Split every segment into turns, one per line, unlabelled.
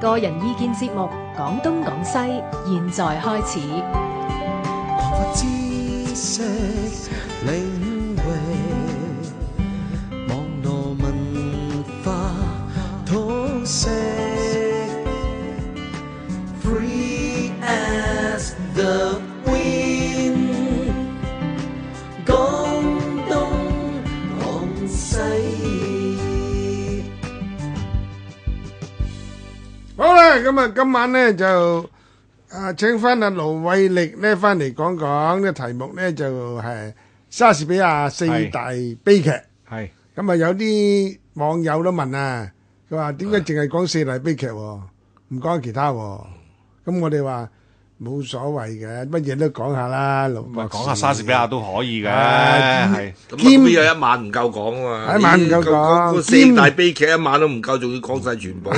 個人意見節目《廣東廣西》，現在開始。
擴闊知識領域，網絡文化通識，free as the wind。廣東廣西。
好啦，咁啊，今晚咧就啊，请翻阿卢伟力咧翻嚟讲讲呢個题目咧就系、莎士比亚四大悲剧。
係
咁啊，有啲网友都问啊，佢话点解净系讲四大悲剧、喎，唔讲其他、喎？咁我哋话冇所谓嘅，乜嘢都讲下啦，卢
咪
博士。
講下莎士比亞都可以嘅，
啊
係
咁
兼
邊有一晚唔夠講啊嘛？
一晚唔夠講
呢嗰嗰
兼
四大悲劇一晚都唔夠，仲要講晒全部，
唔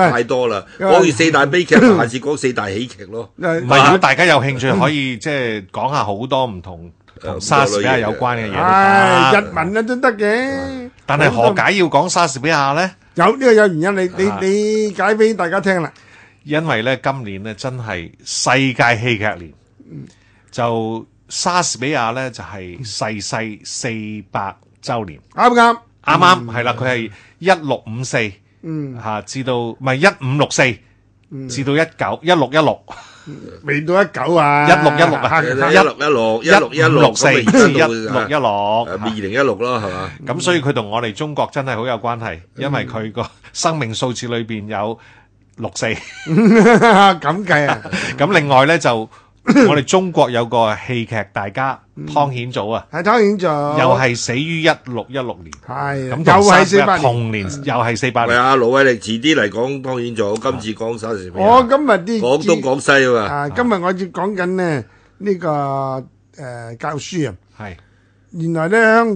係
太多啦。
因
講
為
完四大悲劇，下次講四大喜劇咯。
誒
唔係如果大家有興趣，可以 即係講下好多唔同同莎士比 亞有關嘅嘢
唉，
都得
日文啊都得嘅。
但係何解要講莎士比亞咧？
有呢個有原因，你
啊
你你解俾大家聽啦。
因為咧今年咧真係世界戲劇年，就莎士比亞咧就係逝世四百週年，
啱唔啱？
啱啱係啦，佢係一六五四嚇至到唔係一五六四至到一九一六一六。
未到一九啊，
1616啊
嚇
一
一
六一六一六一六
四
咁
至
咪
一六
而
一六
家到誒啊二零一六咯，係嘛？
咁所以佢同我哋中國真係好有關係，因為佢個 生命數字裏邊有六四。
咁計啊，
咁另外呢， 就我哋中國有個戲劇大家湯顯祖啊，
係湯顯做，
又係死於一六一六年。
係
咁
又係四百年。
同年又係四百
係
年。
啊，盧偉力遲啲嚟講，當然做。今次講莎士比
我
亞，
今日啲
廣東廣西啊嘛。
啊，今日我要講緊呢呢個誒教書啊，
係
原來呢香。